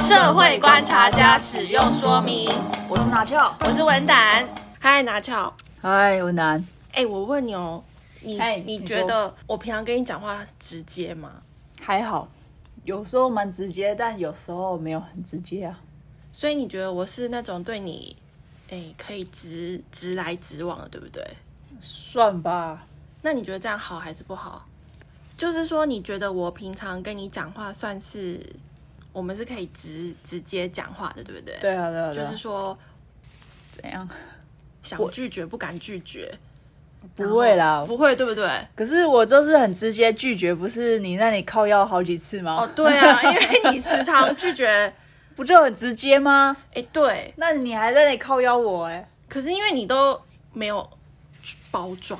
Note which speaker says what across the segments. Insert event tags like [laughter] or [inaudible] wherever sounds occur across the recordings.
Speaker 1: 社会观察家使用说明。
Speaker 2: 我是拿翘，
Speaker 1: 我是文胆，
Speaker 3: 嗨，拿翘。
Speaker 2: 嗨，文南，
Speaker 3: 哎、我问你哦，你
Speaker 2: 哎
Speaker 3: 你
Speaker 2: 你
Speaker 3: 觉
Speaker 2: 说
Speaker 3: 得我平常跟你讲话直接吗？
Speaker 2: 还好，有时候蛮直接，但有时候没有很直接啊。
Speaker 3: 所以你觉得我是那种对你，哎、可以直直来直往的，对不对？
Speaker 2: 算吧，
Speaker 3: 那你觉得这样好还是不好？就是说，你觉得我平常跟你讲话算是我们是可以直直接讲话的，对不对？
Speaker 2: 对啊，对啊，对
Speaker 3: 就
Speaker 2: 啊
Speaker 3: 是说
Speaker 2: 怎样？
Speaker 3: 想
Speaker 2: 我
Speaker 3: 拒绝不敢拒绝，
Speaker 2: 不会啦，
Speaker 3: 不会，对不对？
Speaker 2: 可是我就是很直接拒绝，不是你那里靠腰好几次吗？
Speaker 3: 哦，对
Speaker 2: [laughs]
Speaker 3: 啊， [laughs] 因为你时常拒绝，
Speaker 2: 不就很直接吗？
Speaker 3: 哎、对，
Speaker 2: 那你还在那里靠腰我哎、
Speaker 3: 可是因为你都没有包装，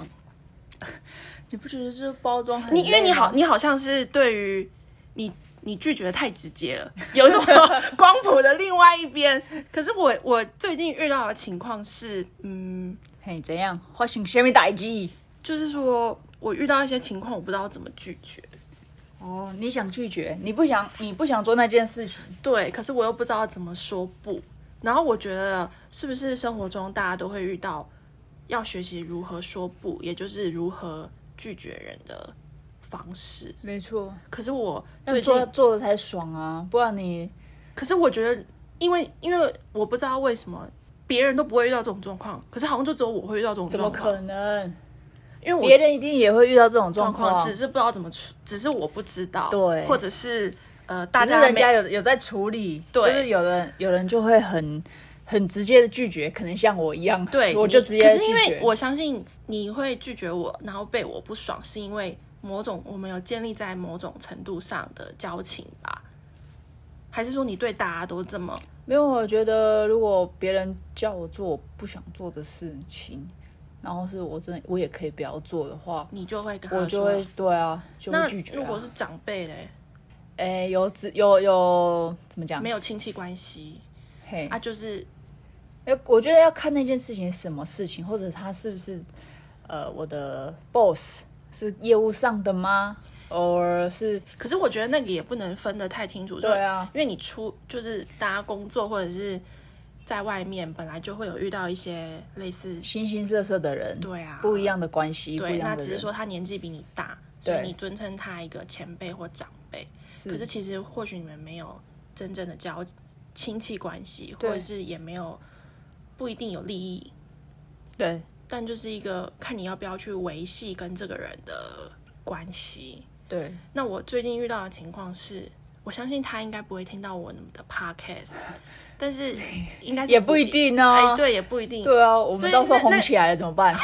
Speaker 2: 你不觉得这包装很
Speaker 3: 你因为你好，
Speaker 2: 累吗
Speaker 3: 你好像是对于你你拒绝的太直接了，有一种光谱的另外一边。可是我我最近遇到的情况是，嗯，
Speaker 2: 嘿怎样发生什么代志？
Speaker 3: 就是说我遇到一些情况，我不知道怎么拒绝。
Speaker 2: 哦，你想拒绝，你不想，你不想做那件事情，
Speaker 3: 对，可是我又不知道怎么说不。然后我觉得是不是生活中大家都会遇到要学习如何说不，也就是如何拒绝人的方式。
Speaker 2: 没错，
Speaker 3: 可是我
Speaker 2: 要
Speaker 3: 最近
Speaker 2: 做做的才爽啊，不然你
Speaker 3: 可是我觉得，因为因为我不知道为什么别人都不会遇到这种状况，可是好像就只有我会遇到这种
Speaker 2: 怎
Speaker 3: 状
Speaker 2: 么
Speaker 3: 况。
Speaker 2: 可？能？
Speaker 3: 因为我
Speaker 2: 别人一定也会遇到这种状
Speaker 3: 状况
Speaker 2: 况，
Speaker 3: 只是不知道怎么处，只是我不知道，
Speaker 2: 对
Speaker 3: 或者是呃，大
Speaker 2: 可是
Speaker 3: 家
Speaker 2: 人
Speaker 3: 没
Speaker 2: 家有有在处理，
Speaker 3: 对
Speaker 2: 就是有人有人就会很很直接的拒绝，可能像我一样，
Speaker 3: 对，
Speaker 2: [laughs] 我
Speaker 3: 你
Speaker 2: 就直
Speaker 3: 可
Speaker 2: 接
Speaker 3: 是
Speaker 2: 拒
Speaker 3: 因为
Speaker 2: 绝。
Speaker 3: 我相信你会拒绝我，然后被我不爽，是因为某种我们有建立在某种程度上的交情吧？还是说你对大家都这么？
Speaker 2: 没有，我觉得如果别人叫我做我不想做的事情，然后是我真的我也可以不要做的话，
Speaker 3: 你就会跟他
Speaker 2: 我就
Speaker 3: 说
Speaker 2: 会对啊，就
Speaker 3: 那
Speaker 2: 会拒绝、啊。
Speaker 3: 如果是长辈嘞，
Speaker 2: 哎，有只有有怎么讲？
Speaker 3: 没
Speaker 2: 有
Speaker 3: 有亲戚关系
Speaker 2: 嘿，
Speaker 3: 啊，就是
Speaker 2: 哎、我觉得要看那件事情是什么事情，或者他是不是呃我的 boss 是业务上的吗？or 是
Speaker 3: 可是我觉得那个也不能分得太清楚，就
Speaker 2: 对啊
Speaker 3: 因为你出就是大家工作或者是在外面本来就会有遇到一些类似，
Speaker 2: 形形色色的人，
Speaker 3: 对啊
Speaker 2: 不一样的关系，不一
Speaker 3: 对，
Speaker 2: 样的
Speaker 3: 那
Speaker 2: 人，
Speaker 3: 只是说他年纪比你大，所以
Speaker 2: 对
Speaker 3: 你尊称他一个前辈或长辈，
Speaker 2: 是
Speaker 3: 可是其实或许你们没有真正的交亲戚关系，或
Speaker 2: 对
Speaker 3: 者是也没有不一定有利益，
Speaker 2: 对，
Speaker 3: 但就是一个看你要不要去维系跟这个人的关系。
Speaker 2: 对，
Speaker 3: 那我最近遇到的情况是，我相信他应该不会听到我们的 podcast，但
Speaker 2: [laughs]
Speaker 3: 是应该是
Speaker 2: 也不一定啊
Speaker 3: 哎，对，也不一定。，
Speaker 2: 对啊，我
Speaker 3: 所
Speaker 2: 们
Speaker 3: 以
Speaker 2: 到时候
Speaker 3: 那那
Speaker 2: 红起来了怎么办？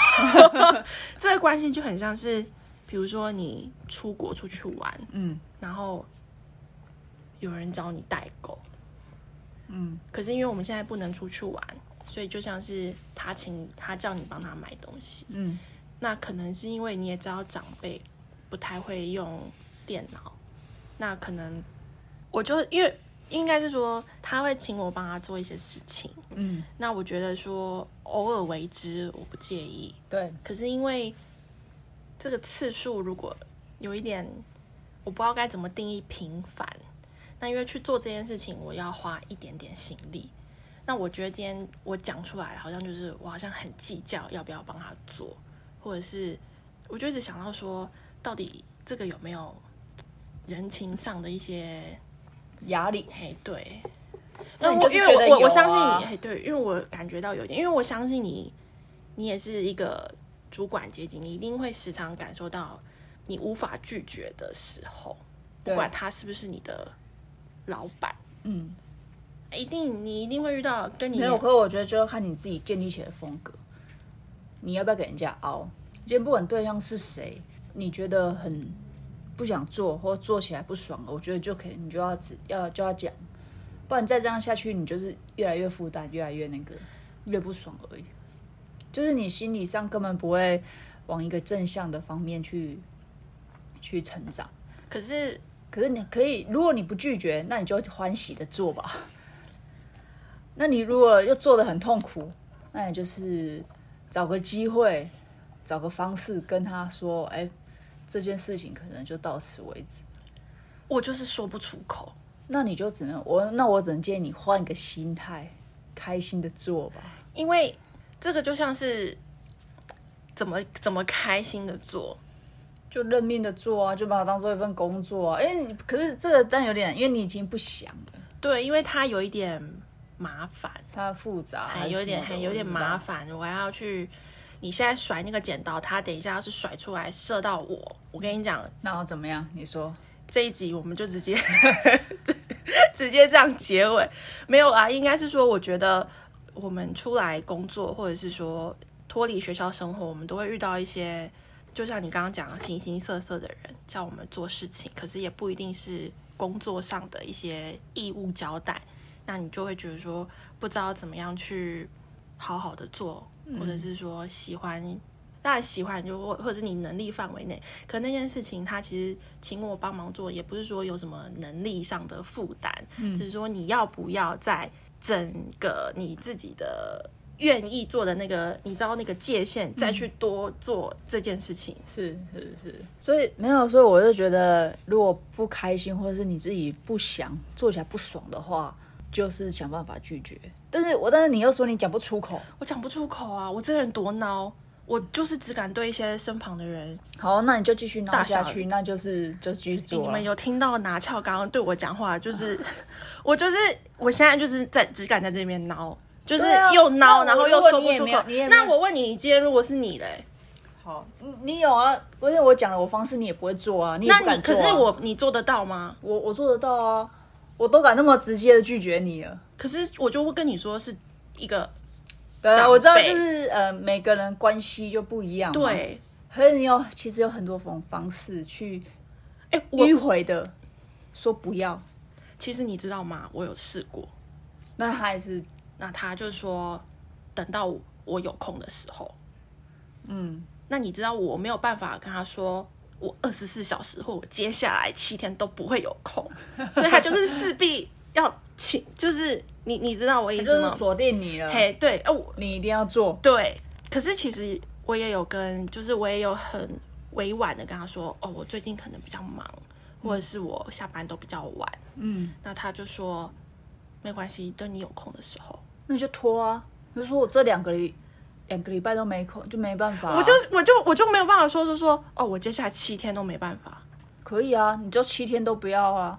Speaker 3: [laughs] 这个关系就很像是，比如说你出国出去玩，
Speaker 2: 嗯，
Speaker 3: 然后有人找你代购，嗯，可是因为我们现在不能出去玩，所以就像是他请他叫你帮他买东西，
Speaker 2: 嗯，
Speaker 3: 那可能是因为你也知道长辈不太会用电脑，那可能我就因为应该是说他会请我帮他做一些事情，
Speaker 2: 嗯，
Speaker 3: 那我觉得说偶尔为之我不介意，
Speaker 2: 对，
Speaker 3: 可是因为这个次数如果有一点，我不知道该怎么定义频繁。那因为去做这件事情，我要花一点点心力。那我觉得今天我讲出来，好像就是我好像很计较要不要帮他做，或者是我就一直想到说，到底这个有没有人情上的一些
Speaker 2: 压力，
Speaker 3: 嘿，哎对。
Speaker 2: 那你
Speaker 3: 我
Speaker 2: 就是
Speaker 3: 因
Speaker 2: 觉得
Speaker 3: 为我我
Speaker 2: 有
Speaker 3: 我相信
Speaker 2: 啊
Speaker 3: 你，嘿，对，因为我感觉到有点，因为我相信你，你也是一个主管阶级，你一定会时常感受到你无法拒绝的时候，不
Speaker 2: 对
Speaker 3: 管他是不是你的老板，
Speaker 2: 嗯，
Speaker 3: 一定你一定会遇到跟你
Speaker 2: 没有，可是我觉得就要看你自己建立起来的风格，你要不要给人家凹？今天不管对象是谁，你觉得很不想做或做起来不爽，我觉得就可以，你就要只要就要讲，不然再这样下去，你就是越来越负担，越来越那个，越不爽而已。就是你心理上根本不会往一个正向的方面去去成长。
Speaker 3: 可是
Speaker 2: 可是你可以，如果你不拒绝，那你就欢喜的做吧。 [laughs] 那你如果又做的很痛苦，那你就是找个机会，找个方式跟他说，哎、这件事情可能就到此为止。
Speaker 3: 我就是说不出口，
Speaker 2: 那你就只能我，那我只能建议你换一个心态，开心的做吧。
Speaker 3: 因为这个就像是怎么怎么开心的做，
Speaker 2: 就认命的做啊，就把它当做一份工作啊。因为你可是这个，但有点，因为你已经不想了，
Speaker 3: 对，因为它有一点麻烦，
Speaker 2: 它复杂
Speaker 3: 还
Speaker 2: 还是
Speaker 3: 哎有
Speaker 2: 什么的，
Speaker 3: 点还有点
Speaker 2: 我不知道
Speaker 3: 麻。烦，我要去。你现在甩那个剪刀，它等一下要是甩出来射到我，我跟你讲，
Speaker 2: 那要怎么样？你说
Speaker 3: 这一集我们就直接 [laughs] 直直接这样结尾，没有啊啦，应该是说，我觉得我们出来工作，或者是说脱离学校生活，我们都会遇到一些，就像你刚刚讲的形形色色的人叫我们做事情，可是也不一定是工作上的一些义务交代，那你就会觉得说不知道怎么样去好好的做，或者是说喜欢。当然喜欢就或或者是你能力范围内，可那件事情他其实请我帮忙做，也不是说有什么能力上的负担，只是说你要不要在整个你自己的愿意做的那个，你知道那个界限，再去多做这件事情。
Speaker 2: 是是是，所以没有，所以我就觉得，如果不开心或者是你自己不想做起来不爽的话，就是想办法拒绝。但是我但是你又说你讲不出口，
Speaker 3: 我讲不出口啊，我这个人多孬，我就是只敢对一些身旁的人。
Speaker 2: 好，那你就继续闹
Speaker 3: 大
Speaker 2: 下
Speaker 3: 小
Speaker 2: 去，那就是就
Speaker 3: 诶
Speaker 2: 继续
Speaker 3: 哎你
Speaker 2: 做了。啊
Speaker 3: 们有听到拿翘刚刚对我讲话，就是 [laughs] 我就是我现在就是在只敢在这边孬。就是
Speaker 2: 对啊
Speaker 3: 又孬，
Speaker 2: 那
Speaker 3: 然后
Speaker 2: 我
Speaker 3: 又
Speaker 2: 如果
Speaker 3: 说
Speaker 2: 你
Speaker 3: 不
Speaker 2: 也
Speaker 3: 出
Speaker 2: 没有
Speaker 3: 口
Speaker 2: 你也。没有
Speaker 3: 那我问你，今天如果是你嘞，
Speaker 2: 好，你你有啊，而且我讲了，我方式你也不会做啊，你也
Speaker 3: 那
Speaker 2: 不敢
Speaker 3: 你可
Speaker 2: 做、啊。
Speaker 3: 是我，你做得到吗？
Speaker 2: 我我做得到啊，我都敢那么直接的拒绝你了。
Speaker 3: 可是我就会跟你说是一个
Speaker 2: 对啊，
Speaker 3: 长
Speaker 2: 我知道，
Speaker 3: 辈
Speaker 2: 就是呃，每个人关系就不一样。，
Speaker 3: 对，
Speaker 2: 可是你有其实有很多种方式去
Speaker 3: 哎、我
Speaker 2: 迂回的说不要，
Speaker 3: 其实你知道吗？我有试过，
Speaker 2: 那他还是
Speaker 3: 那他就说等到我有空的时候，嗯，那你知道我没有办法跟他说。我二十四小时或我接下来七天都不会有空，所以他就是势必要请，就是你你知道我意
Speaker 2: 就
Speaker 3: 思
Speaker 2: 是
Speaker 3: 吗？
Speaker 2: 锁定你了，
Speaker 3: 嘿，对，哎、我
Speaker 2: 你一定要做。
Speaker 3: 对，可是其实我也有跟，就是我也有很委婉的跟他说，哦，我最近可能比较忙，或者是我下班都比较晚。
Speaker 2: 嗯，
Speaker 3: 那他就说，没关系，等你有空的时候。
Speaker 2: 那就拖啊。你就说我这两个礼两个礼拜都没空，就没办法啊、
Speaker 3: 我就我就我就没有办法说，就说哦，我接下来七天都没办法。
Speaker 2: 可以啊，你就七天都不要啊，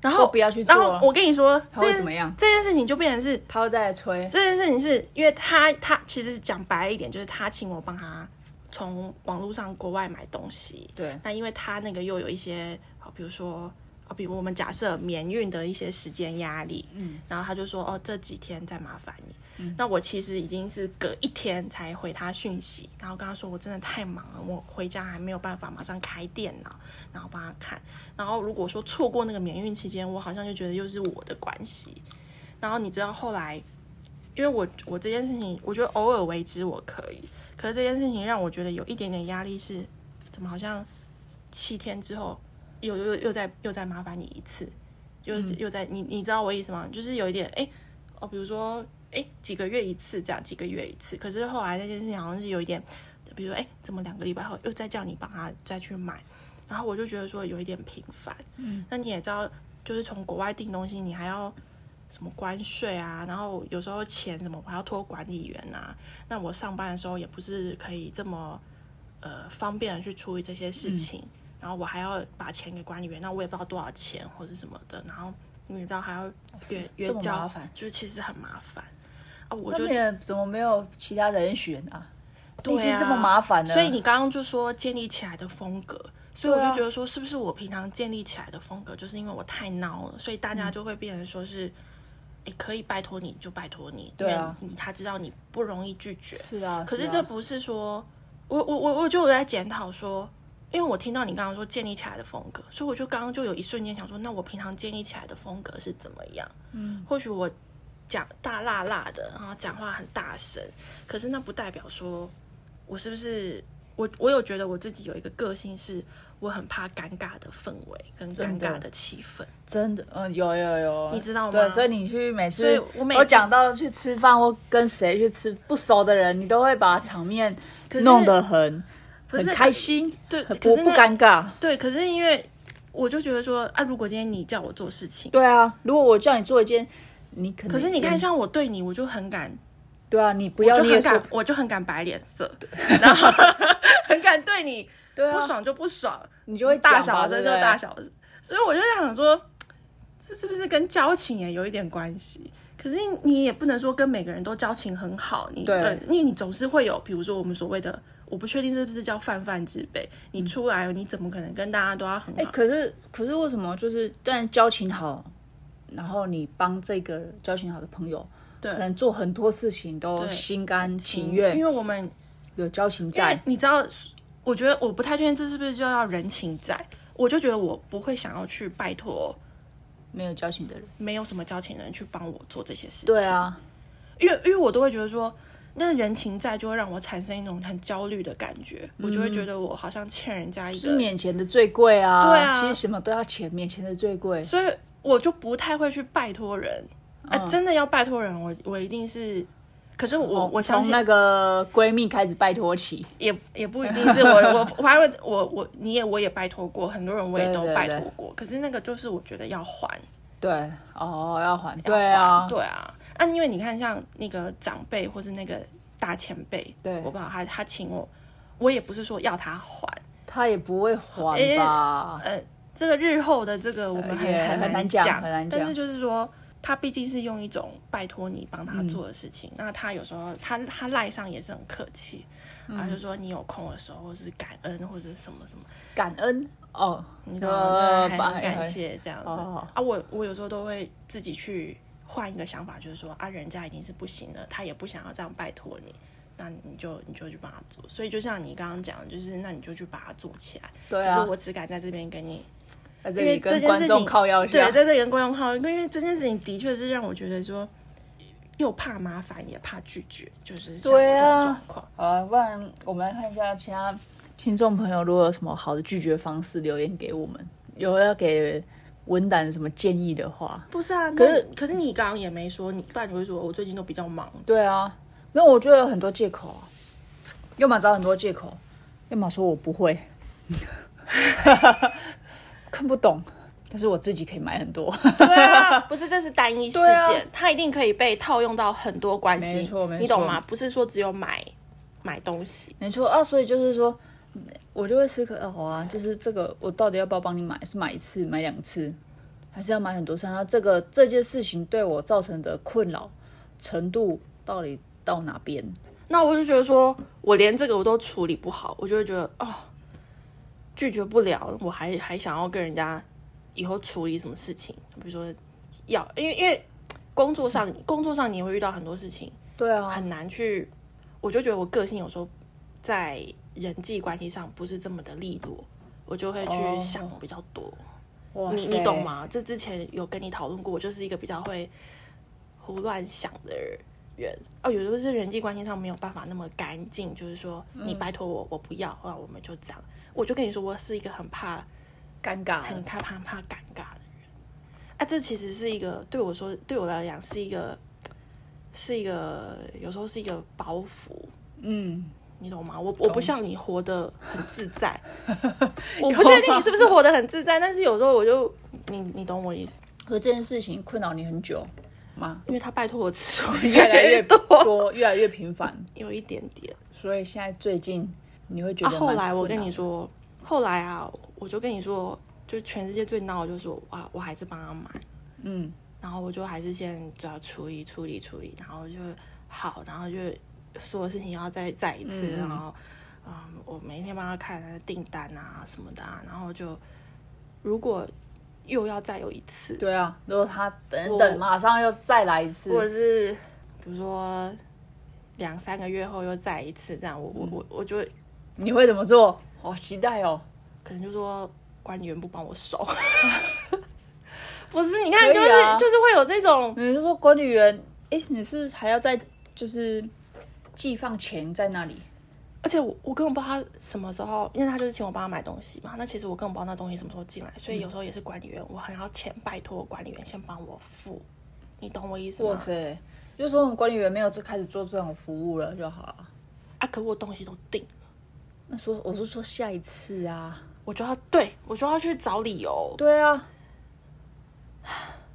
Speaker 3: 然
Speaker 2: 都
Speaker 3: 后
Speaker 2: 不要去做
Speaker 3: 然
Speaker 2: 啊
Speaker 3: 后我跟你说，
Speaker 2: 他
Speaker 3: 这
Speaker 2: 会
Speaker 3: 件
Speaker 2: 怎么样
Speaker 3: 这件事情就变成是
Speaker 2: 他会再来催。
Speaker 3: 这件事情是因为他他其实讲白一点，就是他请我帮他从网络上国外买东西。
Speaker 2: 对
Speaker 3: 那因为他那个又有一些，好，比如说，好，比如我们假设免运的一些时间压力，嗯，然后他就说，哦，这几天再麻烦你。那我其实已经是隔一天才回他讯息，然后跟他说我真的太忙了，我回家还没有办法马上开电脑，然后帮他看。然后如果说错过那个免运期间，我好像就觉得又是我的关系。然后你知道后来，因为我我这件事情，我觉得偶尔为之我可以，可是这件事情让我觉得有一点点压力是，怎么好像七天之后又又又再又再麻烦你一次，又、又在你你知道我意思吗？就是有一点哎、哦，比如说哎几个月一次这样，几个月一次，可是后来那件事情好像是有一点，比如说哎怎么两个礼拜后又再叫你帮他再去买，然后我就觉得说有一点频繁，嗯，那你也知道，就是从国外订东西，你还要。什么关税啊，然后有时候钱什么我还要托管理员啊，那我上班的时候也不是可以这么呃方便的去处理这些
Speaker 2: 嗯
Speaker 3: 事情，然后我还要把钱给管理员，那我也不知道多少钱或者什么的，然后你知道还要约约
Speaker 2: 哦这么
Speaker 3: 交
Speaker 2: 麻烦，
Speaker 3: 就是其实很麻烦啊，我
Speaker 2: 那
Speaker 3: 就
Speaker 2: 你也怎么没有其他人选啊？
Speaker 3: 对
Speaker 2: 你已经
Speaker 3: 啊
Speaker 2: 这么麻烦了，
Speaker 3: 所以你刚刚就说建立起来的风格，所以我
Speaker 2: 对啊
Speaker 3: 就觉得说，是不是我平常建立起来的风格，就是因为我太孬了，所以大家就会变成说是，诶，可以拜托你就拜托你，
Speaker 2: 对啊
Speaker 3: 因为你他知道你不容易拒绝，
Speaker 2: 是啊，
Speaker 3: 可是
Speaker 2: 啊
Speaker 3: 这不是说，我我我我就有在检讨说，因为我听到你刚刚说建立起来的风格，所以我就刚刚就有一瞬间想说，那我平常建立起来的风格是怎么样？嗯，或许我讲大辣辣的，然后讲话很大声，可是那不代表说我是不是我我有觉得我自己有一个个性是。我很怕尴尬的氛围跟尴
Speaker 2: 真的
Speaker 3: 尬的气氛，
Speaker 2: 真的，嗯，有有有，
Speaker 3: 你知道吗
Speaker 2: 对，所以你去每
Speaker 3: 所以
Speaker 2: 次
Speaker 3: 我每次
Speaker 2: 讲到去吃饭或跟谁去吃不熟的人，你都会把场面
Speaker 3: 是
Speaker 2: 弄得很
Speaker 3: 是
Speaker 2: 很开心，
Speaker 3: 对
Speaker 2: 很
Speaker 3: 可
Speaker 2: 不
Speaker 3: 是
Speaker 2: 不
Speaker 3: 那
Speaker 2: 尴尬。
Speaker 3: 对，可是因为我就觉得说啊，如果今天你叫我做事情，
Speaker 2: 对啊，如果我叫你做一件，你可能
Speaker 3: 可是你看，像我对你，我就很敢，
Speaker 2: 对啊，你不
Speaker 3: 我
Speaker 2: 要
Speaker 3: 就
Speaker 2: 你也
Speaker 3: 很
Speaker 2: 说
Speaker 3: 敢，我就很敢摆脸色，然
Speaker 2: [laughs]
Speaker 3: 后很敢对你
Speaker 2: 对啊，
Speaker 3: 不爽就不爽，
Speaker 2: 你就会
Speaker 3: 大
Speaker 2: 讲
Speaker 3: 小
Speaker 2: 嘛
Speaker 3: 声
Speaker 2: 对
Speaker 3: 就
Speaker 2: 不对
Speaker 3: 大小声。所以我就在想说，这是不是跟交情也有一点关系？可是你也不能说跟每个人都交情很好，你
Speaker 2: 对
Speaker 3: 呃因为你总是会有，比如说我们所谓的，我不确定是不是叫泛泛之辈，你出来你怎么可能跟大家都要很
Speaker 2: 嗯哎、
Speaker 3: 好？
Speaker 2: 可是可是为什么就是，但交情好，然后你帮这个交情好的朋友，
Speaker 3: 对
Speaker 2: 可能做很多事情都
Speaker 3: 对嗯
Speaker 2: 心甘情愿，
Speaker 3: 因为我们
Speaker 2: 有交情
Speaker 3: 因为
Speaker 2: 在。
Speaker 3: 你知道，我觉得我不太确定这是不是就叫人情债，我就觉得我不会想要去拜托
Speaker 2: 没有交情的人，
Speaker 3: 没有什么交情的人去帮我做这些事情。
Speaker 2: 对，啊，
Speaker 3: 因为因为我都会觉得说，那人情债就会让我产生一种很焦虑的感觉，我就会觉得我好像欠人家一
Speaker 2: 嗯是
Speaker 3: 个，
Speaker 2: 免钱的最贵啊。
Speaker 3: 对啊
Speaker 2: 其实什么都要钱，免钱的最贵。
Speaker 3: 所以我就不太会去拜托人。啊，
Speaker 2: 嗯
Speaker 3: 真的要拜托人，我我一定是。可是我
Speaker 2: 从
Speaker 3: 我相
Speaker 2: 从
Speaker 3: 信
Speaker 2: 那个闺蜜开始拜托起，
Speaker 3: 也也不一定是我 [laughs] 我我还会我我你也我也拜托过很多人我也
Speaker 2: 对
Speaker 3: 都
Speaker 2: 对
Speaker 3: 拜
Speaker 2: 对
Speaker 3: 托过，可是那个就是我觉得要还，
Speaker 2: 对，哦，要还，
Speaker 3: 要还
Speaker 2: 对啊，
Speaker 3: 对啊，啊，因为你看像那个长辈或是那个大前辈，
Speaker 2: 对
Speaker 3: 我不知道他他请我，我也不是说要他还，
Speaker 2: 她也不会还
Speaker 3: 诶
Speaker 2: 吧？
Speaker 3: 呃，这个日后的这个我们
Speaker 2: 呃
Speaker 3: 很、
Speaker 2: 也很难
Speaker 3: 难
Speaker 2: 讲很难讲
Speaker 3: 但是就是说，他毕竟是用一种拜托你帮他做的事情，那他有时候他他赖上也是很客气，
Speaker 2: 嗯
Speaker 3: 他就说你有空的时候或是感恩或是什么什么，
Speaker 2: 感恩哦，
Speaker 3: 你懂吗？
Speaker 2: 呃
Speaker 3: 还
Speaker 2: 把
Speaker 3: 很感谢这样子、
Speaker 2: 哦
Speaker 3: 啊，我我有时候都会自己去换一个想法，就是说啊，人家已经是不行了，他也不想要这样拜托你。那你就你就去帮他做，所以就像你刚刚讲的，就是那你就去把它做起来。
Speaker 2: 对
Speaker 3: 只
Speaker 2: 啊
Speaker 3: 是我只敢在这边跟你
Speaker 2: 在这
Speaker 3: 因
Speaker 2: 里
Speaker 3: 为这
Speaker 2: 跟
Speaker 3: 件
Speaker 2: 观
Speaker 3: 事
Speaker 2: 众
Speaker 3: 情
Speaker 2: 靠要一
Speaker 3: 对，
Speaker 2: 下，
Speaker 3: 在这里跟观众靠，因为这件事情的确是让我觉得说，又怕麻烦也怕拒绝，就是像我
Speaker 2: 对
Speaker 3: 这
Speaker 2: 啊
Speaker 3: 种状况。
Speaker 2: 好啊，不然我们来看一下其他听众朋友，如果有什么好的拒绝方式，留言给我们。有要给文胆什么建议的话，
Speaker 3: 不是啊，
Speaker 2: 可
Speaker 3: 可
Speaker 2: 是
Speaker 3: 是可是你刚刚也没说，你不然你会说我最近都比较忙。
Speaker 2: 对啊，没有，我觉得有很多借口啊，要么找很多借口，啊要么说我
Speaker 3: [laughs]
Speaker 2: 不会，看不懂，但是我自己可以买很多。
Speaker 3: 对啊， [laughs] 不是这是单一事
Speaker 2: 对啊
Speaker 3: 件，它一定可以被套用到很多关系，
Speaker 2: 没错没错
Speaker 3: 你懂吗？不是说只有买买东西，
Speaker 2: 没错啊，所以就是说，我就会思考，哦，好啊，就是这个我到底要不要帮你买？是买一次，买两次，还是要买很多次？然后这个这件事情对我造成的困扰程度到底到哪边？
Speaker 3: 那我就觉得说我连这个我都处理不好，我就会觉得哦，拒绝不了，我还还想要跟人家以后处理什么事情，比如说要，因为因为工作上工作上你也会遇到很多事情，
Speaker 2: 对啊，
Speaker 3: 很难去，我就觉得我个性有时候在人际关系上不是这么的利落，我就会
Speaker 2: 哦
Speaker 3: 去想比较多，
Speaker 2: 哇
Speaker 3: 你
Speaker 2: 塞
Speaker 3: 你懂？吗？这之前有跟你讨论过，我就是一个比较会胡乱想的人。哦，有时候是人际关系上没有办法那么干净，就是说你拜托我，我不要，啊，我们就这样。我就跟你说，我是一个很怕、
Speaker 2: 尴尬，
Speaker 3: 很害怕、很怕尴尬的人。啊，这其实是一个对我说，对我来讲是一个，是一个有时候是一个包袱。
Speaker 2: 嗯，
Speaker 3: 你懂吗？我我不像你活得很自在，我不确定你是不是活得很自在，但是有时候我就你你懂我意思，
Speaker 2: 和这件事情困扰你
Speaker 3: [laughs]
Speaker 2: 很久吗？
Speaker 3: 因为他拜托我次
Speaker 2: [laughs]
Speaker 3: 数
Speaker 2: 越来越
Speaker 3: 多，
Speaker 2: 多，越来越频繁，
Speaker 3: 有一点点。
Speaker 2: 所以现在最近你会觉
Speaker 3: 啊，
Speaker 2: 得、
Speaker 3: 后来我跟你，说，后来啊，我就跟你说，就全世界最闹的就是我啊，我还是帮他买，
Speaker 2: 嗯，
Speaker 3: 然后我就还是先只要处理处理处理，然后就好，然后就所有事情要再再一次，
Speaker 2: 嗯
Speaker 3: 然
Speaker 2: 嗯
Speaker 3: 后嗯，我每天帮他看他的订单啊什么的、啊，然后就如果又要再有一次，
Speaker 2: 对啊，如果他等
Speaker 3: 我
Speaker 2: 等马上又再来一次，
Speaker 3: 或者是比如说两三个月后又再一次这样，我我我我就会
Speaker 2: 你会怎么做？好期待哦！
Speaker 3: 可能就说管理员不帮我收。 [laughs] 不是，你看，
Speaker 2: 可以
Speaker 3: 就是、
Speaker 2: 啊
Speaker 3: 就是会有这种，
Speaker 2: 你是说管理员？哎、你是还要在就是寄放钱在那里？
Speaker 3: 而且我我根本不知道他什么时候，因为他就是请我帮他买东西嘛。那其实我根本不知道那东西什么时候进来，所以有时候也是管理员，我很要钱，拜托管理员先帮我付，你懂我意思
Speaker 2: 哇
Speaker 3: 吗？
Speaker 2: 塞！就是说我们管理员没有就开始做这种服务了就好了。
Speaker 3: 啊，可我东西都定了，
Speaker 2: 那说我是说下一次啊，
Speaker 3: 我就要对我就要去找理由，
Speaker 2: 对啊，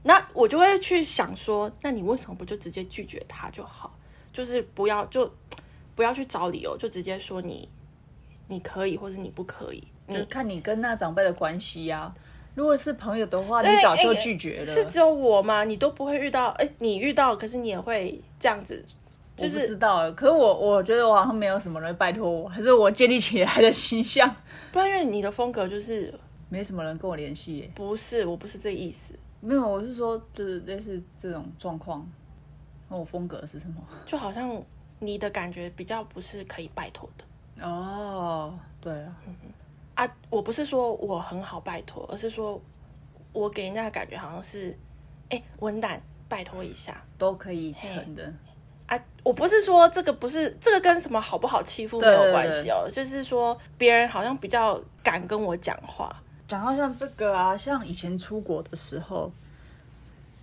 Speaker 3: 那我就会去想说，那你为什么不就直接拒绝他就好？就是不要就不要去找理由，就直接说你你可以，或是你不可以。
Speaker 2: 就是
Speaker 3: 你
Speaker 2: 看你跟那长辈的关系呀、如果是朋友的话，你
Speaker 3: 对
Speaker 2: 早就
Speaker 3: 哎
Speaker 2: 拒绝了。
Speaker 3: 是只有我吗？你都不会遇到，哎、你遇到，可是你也会这样子，就
Speaker 2: 我不知
Speaker 3: 是
Speaker 2: 道欸，可是我我觉得我好像没有什么人拜托我，还是我建立起来的形象，
Speaker 3: 不然因为你的风格就是
Speaker 2: 没什么人跟我联系欸。
Speaker 3: 不是，我不是这意思，
Speaker 2: 没有，我是说，就是类似这种状况。那我风格是什么？
Speaker 3: 就好像你的感觉比较不是可以拜托的
Speaker 2: 哦，对啊，
Speaker 3: 啊。我不是说我很好拜托，而是说我给人家的感觉好像是，哎、文胆拜托一下，
Speaker 2: 都可以成的。
Speaker 3: 啊，我不是说这个不是这个跟什么好不好欺负没
Speaker 2: 对
Speaker 3: 有关系哦，就是说别人好像比较敢跟我讲话，
Speaker 2: 讲到像这个啊，像以前出国的时候，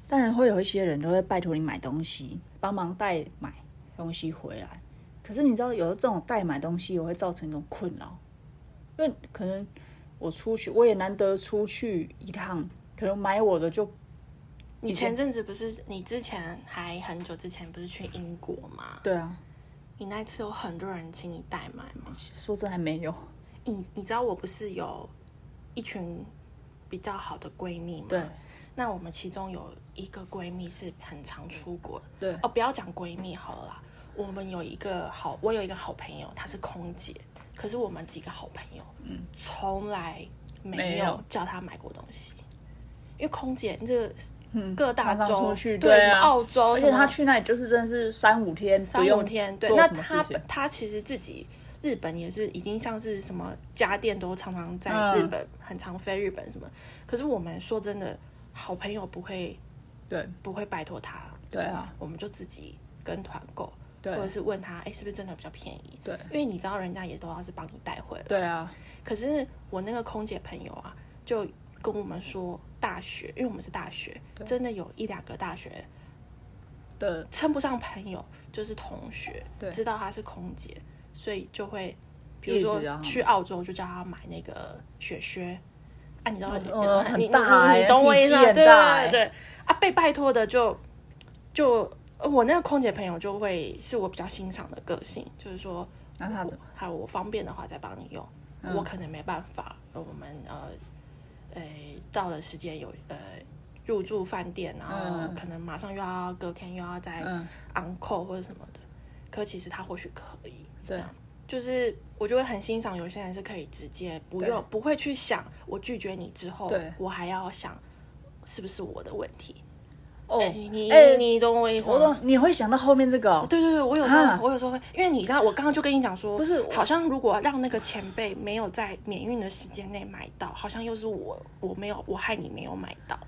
Speaker 2: 当然会有一些人都会拜托你买东西，帮忙代买东西回来。可是你知道，有的这种代买东西，我会造成一种困扰，因为可能我出去，我也难得出去一趟，可能买我的就
Speaker 3: 你
Speaker 2: 以前
Speaker 3: 前阵子不是你之前还很久之前不是去英国吗？
Speaker 2: 对啊，
Speaker 3: 你那次有很多人请你代买吗？
Speaker 2: 说真还没有，
Speaker 3: 你你知道我不是有一群比较好的闺蜜吗？
Speaker 2: 对，
Speaker 3: 那我们其中有一个闺蜜是很常出国，
Speaker 2: 对
Speaker 3: 哦，不要讲闺蜜好了啦，我们有一个好，我有一个好朋友，她是空姐，可是我们几个好朋友，嗯，从来没
Speaker 2: 没
Speaker 3: 有
Speaker 2: 有
Speaker 3: 叫她买过东西，因为空姐这各大
Speaker 2: 嗯常
Speaker 3: 洲、
Speaker 2: 常出去
Speaker 3: 对
Speaker 2: 哦对
Speaker 3: 什
Speaker 2: 啊
Speaker 3: 么澳洲，
Speaker 2: 而且他去那里就是真的是三五天，
Speaker 3: 三
Speaker 2: 不
Speaker 3: 五
Speaker 2: 用
Speaker 3: 天，对，
Speaker 2: 做
Speaker 3: 那
Speaker 2: 什么
Speaker 3: 她
Speaker 2: 事情
Speaker 3: 她其实自己。日本也是已经像是什么家电都常常在
Speaker 2: 嗯
Speaker 3: 日本，很常飞日本什么。可是我们说真的，好朋友不会
Speaker 2: 对
Speaker 3: 不会拜托他，
Speaker 2: 对啊，
Speaker 3: 我们就自己跟团购，
Speaker 2: 对
Speaker 3: 或者是问他，哎、是不是真的比较便宜？
Speaker 2: 对
Speaker 3: 因为你知道人家也都要是帮你带回来。
Speaker 2: 对啊，
Speaker 3: 可是我那个空姐朋友啊，就跟我们说，大学，因为我们是大学，真的有一两个大学
Speaker 2: 的
Speaker 3: 称不上朋友，就是同学，
Speaker 2: 对
Speaker 3: 知道她是空姐，所以就会，比
Speaker 2: 一直
Speaker 3: 如
Speaker 2: 叫她
Speaker 3: 说
Speaker 2: 买
Speaker 3: 去澳洲就叫她买那个雪靴。啊，你知道，
Speaker 2: 哦
Speaker 3: 你
Speaker 2: 很大
Speaker 3: 你
Speaker 2: 欸
Speaker 3: 你懂我意思吗？
Speaker 2: 体积很
Speaker 3: 对
Speaker 2: 大
Speaker 3: 对
Speaker 2: 欸
Speaker 3: 对，啊，被拜托的就就呃我那个空姐朋友就会是我比较欣赏的个性，就是说，
Speaker 2: 那他怎么？嗯
Speaker 3: 还有我方便的话再帮你用，我可能没办法，呃我们呃，呃，到了时间有呃入住饭店，然后
Speaker 2: 嗯
Speaker 3: 可能马上又要隔天又要再
Speaker 2: 嗯
Speaker 3: on call 或者什么的，可其实他或许可以，
Speaker 2: 对，
Speaker 3: 就是我就会很欣赏有些人是可以直接不
Speaker 2: 对
Speaker 3: 用不会去想我拒绝你之后
Speaker 2: 对，
Speaker 3: 我还要想是不是我的问题，
Speaker 2: 哦，
Speaker 3: 你你
Speaker 2: 哎
Speaker 3: 你懂我意思吗？
Speaker 2: 我懂，你会想到后面这个、哦，
Speaker 3: 对对对，我有时候
Speaker 2: 哈
Speaker 3: 我有时候会，因为你知道，我刚刚就跟你讲说，
Speaker 2: 不是我
Speaker 3: 好像如果让那个前辈没有在免运的时间内买到，好像又是我我没有我害你没有买到，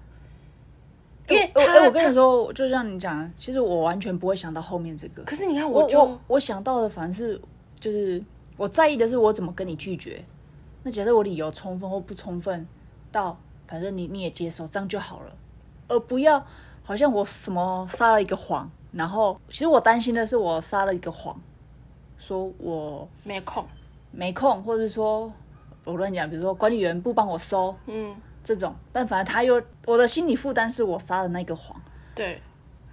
Speaker 3: 因为
Speaker 2: 我
Speaker 3: 他、
Speaker 2: 哎我跟你说，就像你讲，其实我完全不会想到后面这个
Speaker 3: 他，。可是你看
Speaker 2: 我
Speaker 3: 就
Speaker 2: 我我想到的反而是就是我在意的是我怎么跟你拒绝。那假设我理由充分或不充分，到反正你你也接受，这样就好了，而不要好像我什么撒了一个谎，然后其实我担心的是我撒了一个谎，说我
Speaker 3: 没空，
Speaker 2: 没空，或者是说我乱讲，比如说管理员不帮我收
Speaker 3: 嗯，
Speaker 2: 这种，但反正他又我的心理负担是我撒的那个谎。
Speaker 3: 对。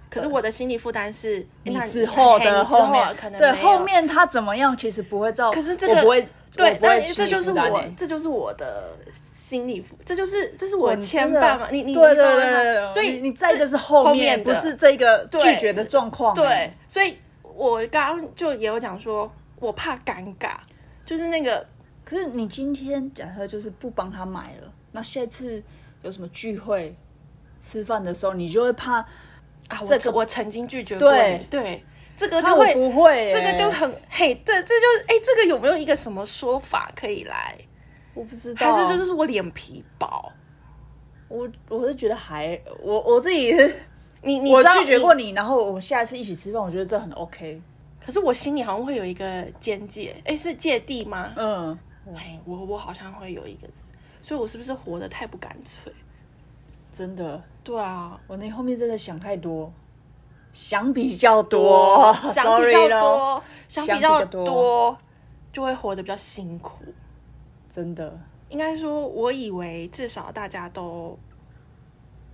Speaker 3: 可是我的心理负担是，哎
Speaker 2: 你
Speaker 3: 那
Speaker 2: 之后
Speaker 3: 嘿
Speaker 2: 的
Speaker 3: 你之后
Speaker 2: 面，
Speaker 3: 可能
Speaker 2: 对
Speaker 3: 没有
Speaker 2: 后，面他怎么样，其实不会造，
Speaker 3: 可是这个
Speaker 2: 我不会，我
Speaker 3: 对，
Speaker 2: 不
Speaker 3: 但
Speaker 2: 会
Speaker 3: 是
Speaker 2: 心
Speaker 3: 这
Speaker 2: 理
Speaker 3: 就是
Speaker 2: 负担
Speaker 3: 我
Speaker 2: 欸，
Speaker 3: 这就是我的心理负，这就是这是我
Speaker 2: 你
Speaker 3: 牵
Speaker 2: 真的
Speaker 3: 绊嘛，你你
Speaker 2: 对
Speaker 3: 你知
Speaker 2: 对
Speaker 3: 道
Speaker 2: 对
Speaker 3: 吗
Speaker 2: 对对，
Speaker 3: 所以
Speaker 2: 你你在意的是
Speaker 3: 后
Speaker 2: 后
Speaker 3: 面
Speaker 2: 面，
Speaker 3: 的
Speaker 2: 不是这个
Speaker 3: 对
Speaker 2: 拒绝的状况。
Speaker 3: 对
Speaker 2: 欸，，
Speaker 3: 所以我刚刚就也有讲说，我怕尴尬，就是那个
Speaker 2: 可是你今天假设就是不帮他买了，那下次有什么聚会吃饭的时候，你就会怕
Speaker 3: 啊，我、
Speaker 2: 这个
Speaker 3: 我曾经拒绝过
Speaker 2: 对
Speaker 3: 你，对，这个
Speaker 2: 怕
Speaker 3: 就
Speaker 2: 我
Speaker 3: 会，
Speaker 2: 不会欸，
Speaker 3: 这个就很嘿，对，这就哎、这个有没有一个什么说法可以来？
Speaker 2: 我不知道，
Speaker 3: 还是就是我脸皮薄？
Speaker 2: 我我是觉得还我我自己 [laughs] 是
Speaker 3: 你你
Speaker 2: 我
Speaker 3: 知道
Speaker 2: 拒绝过，你，然后我们下一次一起吃饭，我觉得这很 OK。
Speaker 3: 可是我心里好像会有一个边界，哎、是芥蒂吗？
Speaker 2: 嗯，
Speaker 3: 哎、我我好像会有一个，所以我是不是活得太不干脆？
Speaker 2: 真的，
Speaker 3: 对啊，
Speaker 2: 我那后面真的想太多，想比较 [laughs] 多，
Speaker 3: 想比较
Speaker 2: sorry 咯，
Speaker 3: 多，想
Speaker 2: 想
Speaker 3: 比
Speaker 2: 比较
Speaker 3: 较
Speaker 2: 多
Speaker 3: 多，就会活得比较辛苦。
Speaker 2: 真的。
Speaker 3: 应该说，我以为至少大家都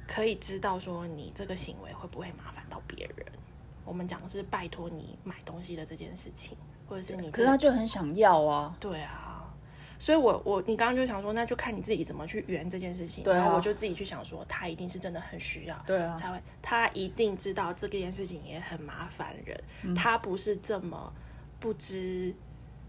Speaker 3: 可以知道说你这个行为会不会麻烦到别人。我们讲的是拜托你买东西的这件事情，或者是你这个、
Speaker 2: 可是他就很想要啊，
Speaker 3: 对啊，所以我我你刚刚就想说，那就看你自己怎么去圆这件事情。
Speaker 2: 对啊
Speaker 3: 然后我就自己去想说，他一定是真的很需要，
Speaker 2: 对啊
Speaker 3: 才会他一定知道这件事情也很麻烦人，
Speaker 2: 嗯
Speaker 3: 他不是这么不知。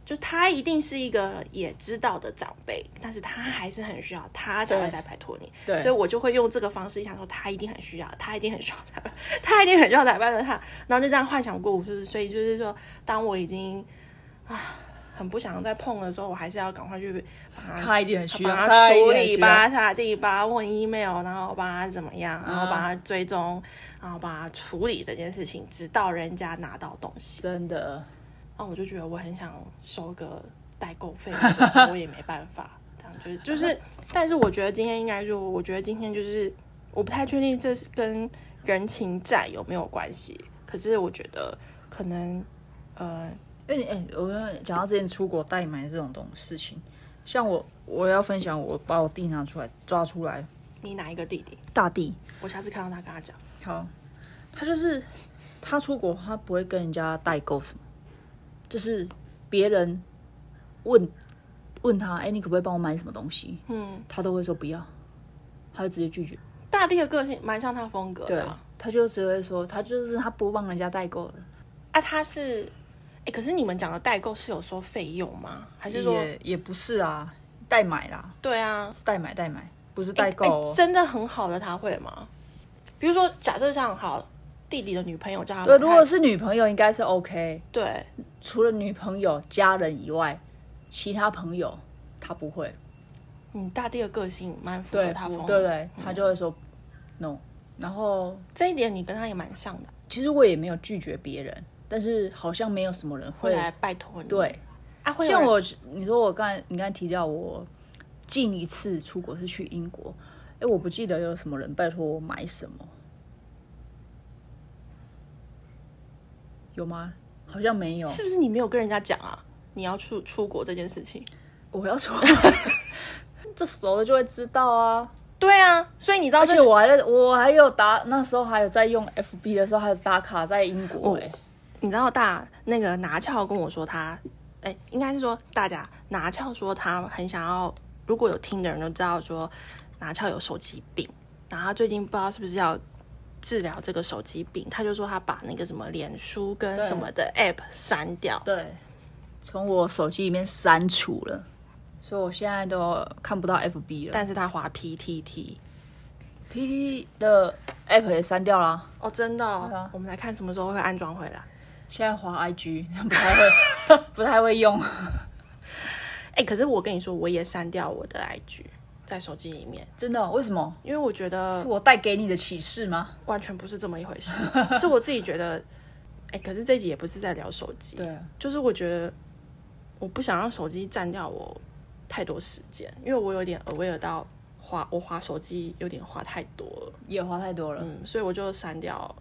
Speaker 3: 就他一定是一个也知道的长辈，但是他还是很需要，他才会
Speaker 2: 对
Speaker 3: 再拜托你。
Speaker 2: 对
Speaker 3: 所以我就会用这个方式想说，他一定很需要，他一定很需要才拜，他一定很需要才拜托他。然后就这样幻想过无数次，所以就是说，当我已经很不想再碰的时候，我还是要赶快去把它
Speaker 2: 他一定很需要，
Speaker 3: 把
Speaker 2: 他
Speaker 3: 它
Speaker 2: 一定
Speaker 3: 处
Speaker 2: 很需
Speaker 3: 理，
Speaker 2: 要嗯
Speaker 3: 把它打地，把它问 email，然后把它怎么样，然后把它追踪，然后把它处理这件事情，直到人家拿到东西。
Speaker 2: 真的，
Speaker 3: 那我就觉得我很想收个代购费，但是 [laughs] 我也没办法。这样就是就是，但是我觉得今天应该说，我觉得今天就是我不太确定这是跟人情债有没有关系，可是我觉得可能呃
Speaker 2: 因为你哎、我跟你讲到之前出国代买这种东事情，像我我要分享，我把我弟拿出来抓出来，
Speaker 3: 你哪一个弟弟？
Speaker 2: 大弟
Speaker 3: 我下次看到他跟他讲，
Speaker 2: 好，他就是他出国，他不会跟人家代购什么，就是别人问问他，哎、你可不可以帮我买什么东西？
Speaker 3: 嗯，
Speaker 2: 他都会说不要，他就直接拒绝。
Speaker 3: 大地的个性蛮像他风格
Speaker 2: 对
Speaker 3: 的啊，，
Speaker 2: 他就只会说，他就是他不帮人家代购了，
Speaker 3: 啊他是，哎、可是你们讲的代购是有收费用吗？还是说，
Speaker 2: 也不是啊，代买啦，
Speaker 3: 对啊，
Speaker 2: 代买代买，不是
Speaker 3: 诶
Speaker 2: 代购、哦
Speaker 3: 诶真的很好的他会吗？比如说，假设像好弟弟的女朋友叫他
Speaker 2: 对，
Speaker 3: 买
Speaker 2: 如果
Speaker 3: 他
Speaker 2: 是女朋友应该是 OK，
Speaker 3: 对，
Speaker 2: 除了女朋友、家人以外，其他朋友他不会，
Speaker 3: 嗯，大地的个性蛮符合
Speaker 2: 对，
Speaker 3: 他风格，
Speaker 2: 不
Speaker 3: 嗯
Speaker 2: 对对，他就会说 no。然后
Speaker 3: 这一点你跟他也蛮像的，
Speaker 2: 其实我也没有拒绝别人，但是好像没有什么人
Speaker 3: 会
Speaker 2: 会
Speaker 3: 来拜托你，
Speaker 2: 对。
Speaker 3: 啊，会有
Speaker 2: 像
Speaker 3: 人
Speaker 2: 我，你说我刚才你刚才提到我近一次出国是去英国，哎，我不记得有什么人拜托我买什么，有吗？好像没有。
Speaker 3: 是不是你没有跟人家讲啊？你要出出国这件事情，
Speaker 2: 我要说， [laughs] 这熟了就会知道啊。
Speaker 3: 对啊，所以你知道
Speaker 2: 而
Speaker 3: 这
Speaker 2: 且我还在，我还有打那时候还有在用 FB 的时候，还有打卡在英
Speaker 3: 哦
Speaker 2: 国、欸。
Speaker 3: 你知道大那个拿翘跟我说他，哎、应该是说大家拿翘说他很想要，如果有听的人都知道说拿翘有手机病，然后他最近不知道是不是要治疗这个手机病，他就说他把那个什么脸书跟
Speaker 2: 对
Speaker 3: 什么的 app 删掉，
Speaker 2: 对，从我手机里面删除了，所以我现在都看不到 FB 了。
Speaker 3: 但是他滑 PTT。
Speaker 2: PPT 的 app 也删掉啦，
Speaker 3: 哦，真的、哦
Speaker 2: 对啊
Speaker 3: 我们来看什么时候会安装回来。
Speaker 2: 现在滑 IG 不太会， [laughs] 不太会用。
Speaker 3: 哎、可是我跟你说，我也删掉我的 IG 在手机里面，
Speaker 2: 真的哦、为什么？
Speaker 3: 因为我觉得
Speaker 2: 是我带给你的启示吗？
Speaker 3: 完全不是这么一回事， [laughs] 是我自己觉得，哎、可是这一集也不是在聊手机，
Speaker 2: 对，
Speaker 3: 就是我觉得我不想让手机占掉我太多时间，因为我有点 aware 到花我花手机有点花太多了，
Speaker 2: 也滑太多了。
Speaker 3: 嗯，所以我就删掉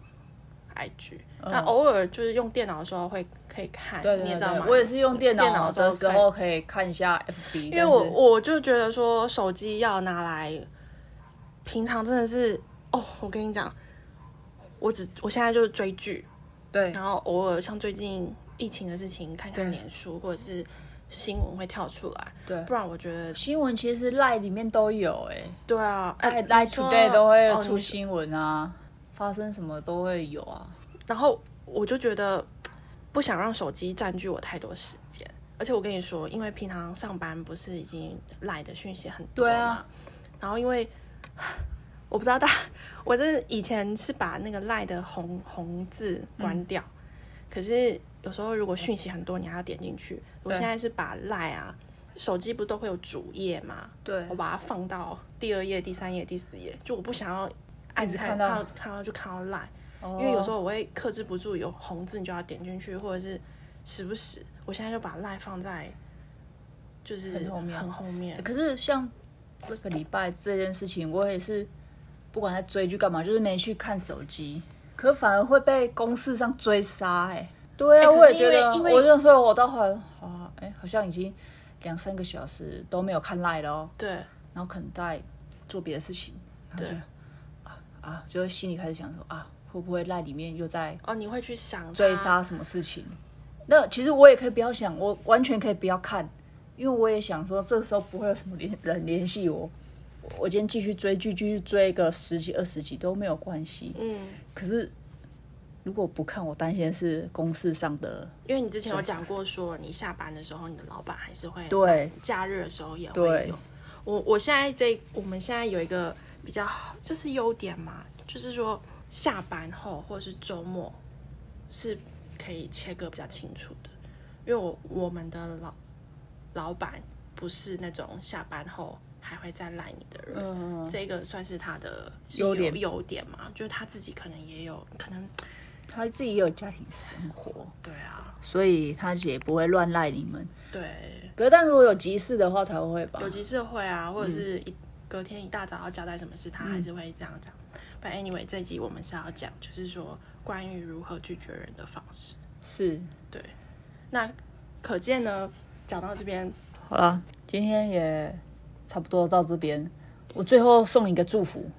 Speaker 3: IG，、但偶尔就是用电脑的时候会可以看，
Speaker 2: 嗯对
Speaker 3: 你
Speaker 2: 对
Speaker 3: 也知道
Speaker 2: 对
Speaker 3: 吗，？
Speaker 2: 我也是用电脑
Speaker 3: 的
Speaker 2: 的时
Speaker 3: 看
Speaker 2: 候可以看一下 FB，
Speaker 3: 因为我我就觉得说手机要拿来，平常真的是哦，我跟你讲，我只我现在就是追剧，
Speaker 2: 对
Speaker 3: 然后偶尔像最近疫情的事情，看看
Speaker 2: 对
Speaker 3: 脸书或者是新闻会跳出来，
Speaker 2: 对
Speaker 3: 不然我觉得
Speaker 2: 新闻其实 Line 里面都有哎、
Speaker 3: 对啊，哎、
Speaker 2: 哎
Speaker 3: 你
Speaker 2: ，Line
Speaker 3: 说
Speaker 2: Today 都
Speaker 3: 哦
Speaker 2: 会
Speaker 3: 你
Speaker 2: 出新闻啊，发生什么都会有啊。
Speaker 3: 然后我就觉得不想让手机占据我太多时间，而且我跟你说，因为平常上班不是已经来的讯息很多
Speaker 2: 对
Speaker 3: 嘛，
Speaker 2: 啊
Speaker 3: 然后因为我不知道大，我真的以前是把那个赖的红红字
Speaker 2: 嗯
Speaker 3: 关掉，可是有时候如果讯息很多，你还要点进去。我
Speaker 2: 对
Speaker 3: 现在是把赖啊，手机不都会有主页嘛，
Speaker 2: 对
Speaker 3: 我把它放到第二页、第三页、第四页，就我不想要按
Speaker 2: 一直
Speaker 3: 开
Speaker 2: 看到
Speaker 3: 看到就看到赖。
Speaker 2: 哦
Speaker 3: 因为有时候我会克制不住，有红字你就要点进去，或者是时不时，我现在就把赖放在就是
Speaker 2: 很后面
Speaker 3: 很后面
Speaker 2: 可是像这个礼拜这件事情，我也是不管在追剧干嘛，就是没去看手机，可反而会被公式上追杀哎、对啊，
Speaker 3: 哎可是
Speaker 2: 我也觉
Speaker 3: 因为
Speaker 2: 得，
Speaker 3: 因为
Speaker 2: 欸我就说我到后来，好啊，哎、好像已经两三个小时都没有看赖了哦，
Speaker 3: 对
Speaker 2: 然后可能在做别的事情，然后
Speaker 3: 对
Speaker 2: 就啊啊，就心里开始想说啊，会不会赖里面又在
Speaker 3: 哦，你会去想它
Speaker 2: 追杀什么事情？那其实我也可以不要想，我完全可以不要看，因为我也想说，这时候不会有什么联人联系我。我我今天继续追剧，继续追个十集、二十集都没有关系。
Speaker 3: 嗯，
Speaker 2: 可是如果不看，我担心的是公事上的。
Speaker 3: 因为你之前有讲过说，你下班的时候，你的老板还是会，
Speaker 2: 对
Speaker 3: 假日的时候也会
Speaker 2: 对
Speaker 3: 有。我我现在这我们现在有一个比较好，就是优点嘛，就是说下班后或是周末是可以切割比较清楚的，因为我我们的老老板不是那种下班后还会再赖你的人，
Speaker 2: 嗯
Speaker 3: 这个算是他的
Speaker 2: 优点
Speaker 3: 优点嘛，就是他自己可能也有可能，
Speaker 2: 他自己也有家庭生活，
Speaker 3: 对啊，
Speaker 2: 所以他也不会乱赖你们。
Speaker 3: 对，
Speaker 2: 可是，但如果有急事的话，才会吧
Speaker 3: 有。急事会啊，或者是一、隔天一大早要交代什么事，他还是会这样讲。But anyway，这一集我们是要讲，就是说关于如何拒绝人的方式。
Speaker 2: 是，
Speaker 3: 对，那可见呢，讲到这边，
Speaker 2: 好啦，今天也差不多到这边。我最后送你一个祝福，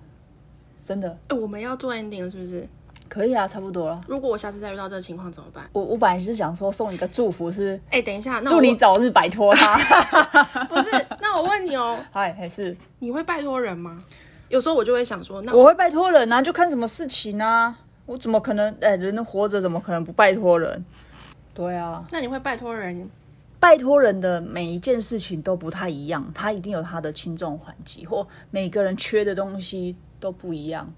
Speaker 2: 真的
Speaker 3: 哎、我们要做 ending 了，是不是？
Speaker 2: 可以啊，差不多了。
Speaker 3: 如果我下次再遇到这个情况怎么办？
Speaker 2: 我我本来是想说送你一个祝福是，
Speaker 3: 哎、等一下，那
Speaker 2: 祝
Speaker 3: 我
Speaker 2: 你早日摆脱他。
Speaker 3: [laughs] 不是？那我问你哦，
Speaker 2: 哎，还是
Speaker 3: 你会拜托人吗？有时候我就会想说，那
Speaker 2: 我会拜托人啊，就看什么事情啊。我怎么可能？哎、人活着怎么可能不拜托人？对啊，
Speaker 3: 那你会拜托人？
Speaker 2: 拜托人的每一件事情都不太一样，他一定有他的轻重缓急，或每个人缺的东西都不一样。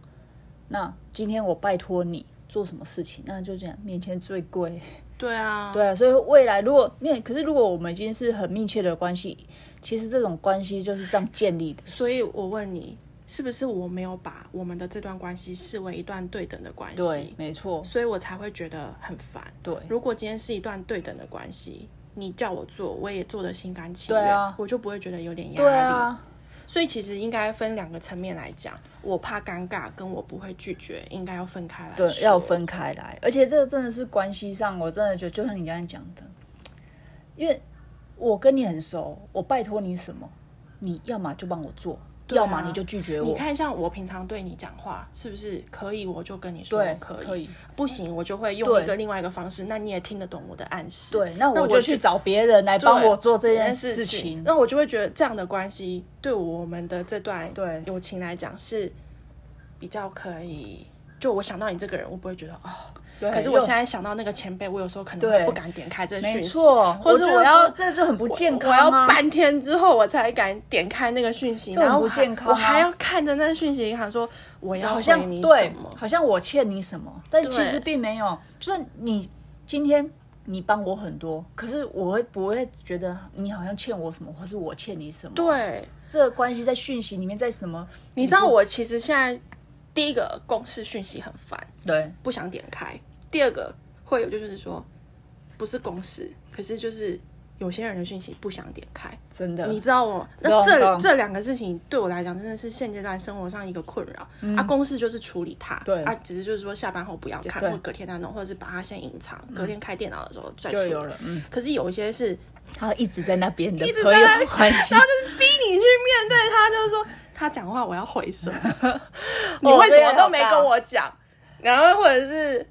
Speaker 2: 那今天我拜托你做什么事情，那就这样，面前最贵。
Speaker 3: 对啊，
Speaker 2: 对啊，所以未来如果面，可是如果我们已经是很密切的关系，其实这种关系就是这样建立的。
Speaker 3: 所以我问你，是不是我没有把我们的这段关系视为一段对等的关系？
Speaker 2: 对，没错，
Speaker 3: 所以我才会觉得很烦。
Speaker 2: 对
Speaker 3: 如果今天是一段对等的关系，你叫我做，我也做的心甘情愿，
Speaker 2: 对啊
Speaker 3: 我就不会觉得有点压力。
Speaker 2: 对啊，
Speaker 3: 所以其实应该分两个层面来讲，我怕尴尬，跟我不会拒绝，应该要分开来
Speaker 2: 对，
Speaker 3: 说
Speaker 2: 要。分开来。而且这个真的是关系上，我真的觉得，就像你刚才讲的，因为我跟你很熟，我拜托你什么，你要么就帮我做，
Speaker 3: 对啊
Speaker 2: 要么你就拒绝
Speaker 3: 你
Speaker 2: 我。
Speaker 3: 看，像我平常对你讲话，是不是可以我就跟你说
Speaker 2: 对，
Speaker 3: 可以，
Speaker 2: 可以
Speaker 3: 不行我就会用
Speaker 2: 对
Speaker 3: 一个另外一个方式，那你也听得懂我的暗示。
Speaker 2: 对，那我
Speaker 3: 我
Speaker 2: 就去找别人来帮
Speaker 3: 对
Speaker 2: 我做这件
Speaker 3: 事
Speaker 2: 事情。
Speaker 3: 那我就会觉得这样的关系对我们的这段
Speaker 2: 对
Speaker 3: 友情来讲是比较可以。就我想到你这个人，我不会觉得哦。
Speaker 2: 对
Speaker 3: 可是我现在想到那个前辈，我有时候可能
Speaker 2: 对
Speaker 3: 会不敢点开这讯息，
Speaker 2: 没错，
Speaker 3: 或者
Speaker 2: 觉得
Speaker 3: 我要
Speaker 2: 不这就很不健康
Speaker 3: 我
Speaker 2: 啊，
Speaker 3: 要半天之后我才敢点开那个讯息，
Speaker 2: 这很
Speaker 3: 然后
Speaker 2: 不
Speaker 3: 我还
Speaker 2: 健康啊
Speaker 3: 我还要看着那讯息，想说我要
Speaker 2: 好
Speaker 3: 回
Speaker 2: 像
Speaker 3: 你什
Speaker 2: 对
Speaker 3: 么，？
Speaker 2: 好像我欠你什么，但其实
Speaker 3: 对
Speaker 2: 并没有。就是你今天你帮我很多，可是我会不会觉得你好像欠我什么，或是我欠你什么？，
Speaker 3: 对，
Speaker 2: 这个关系在讯息里面，在什么？
Speaker 3: 你知道我其实现在第一个公式讯息很烦，
Speaker 2: 对
Speaker 3: 不想点开。第二个会有就是说，不是公式，可是就是有些人的讯息不想点开，
Speaker 2: 真的，
Speaker 3: 你知道吗？那
Speaker 2: 懂
Speaker 3: 这
Speaker 2: 呃懂
Speaker 3: 这两个事情对我来讲真的是现阶段生活上一个困扰。啊，公式就是处理它，
Speaker 2: 嗯对
Speaker 3: 啊，只是就是说下班后不要看，
Speaker 2: 对嗯
Speaker 3: 或隔天再弄，或者是把它先隐藏，隔天开电脑的时候再处
Speaker 2: 就
Speaker 3: 理。
Speaker 2: 有了，嗯，
Speaker 3: 可是有一些是
Speaker 2: 他一直在那边的
Speaker 3: 一直
Speaker 2: 朋
Speaker 3: 在那
Speaker 2: 友关 [laughs] 系
Speaker 3: 他，就是逼你去面对他，就是说他讲话我要回什
Speaker 2: [laughs]
Speaker 3: 么，你
Speaker 2: 哦
Speaker 3: 为什
Speaker 2: 这
Speaker 3: 么
Speaker 2: 个
Speaker 3: 都没
Speaker 2: 好大
Speaker 3: 跟我讲？然后或者是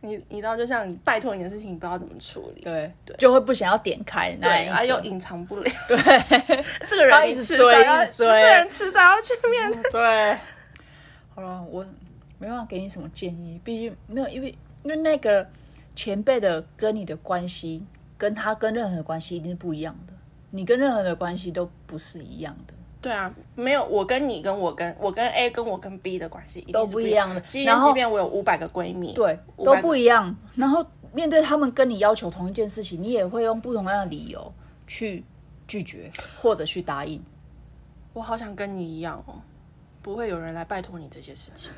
Speaker 3: 你你知道，就像你拜托你的事情，你不知道怎么处理，
Speaker 2: 对，哎就会不想要点开那
Speaker 3: 对，
Speaker 2: 一
Speaker 3: 啊又
Speaker 2: 种，
Speaker 3: 隐藏不了，
Speaker 2: 对
Speaker 3: 这个
Speaker 2: 然后
Speaker 3: 人
Speaker 2: 一直
Speaker 3: 迟早
Speaker 2: 追
Speaker 3: 要，
Speaker 2: 一直
Speaker 3: 这
Speaker 2: 追嗯
Speaker 3: 个人迟早要去面对。
Speaker 2: 对。好了，我没办法给你什么建议，毕竟没有，因为因为那个前辈的跟你的关系，跟他跟任何的关系一定是不一样的，你跟任何的关系都不是一样的。
Speaker 3: 对啊，没有我跟你跟我跟我跟 A 跟我跟 B 的关系一定
Speaker 2: 都
Speaker 3: 是
Speaker 2: 不一
Speaker 3: 样
Speaker 2: 样的
Speaker 3: 即
Speaker 2: 然
Speaker 3: 便
Speaker 2: 后
Speaker 3: 即便我有五百个闺蜜，
Speaker 2: 对，
Speaker 3: 500
Speaker 2: 都
Speaker 3: 个
Speaker 2: 不一样。然后面对他们跟你要求同一件事情，你也会用不同样的理由去拒绝或者去答应。
Speaker 3: 我好想跟你一样哦，不会有人来拜托你这些事情。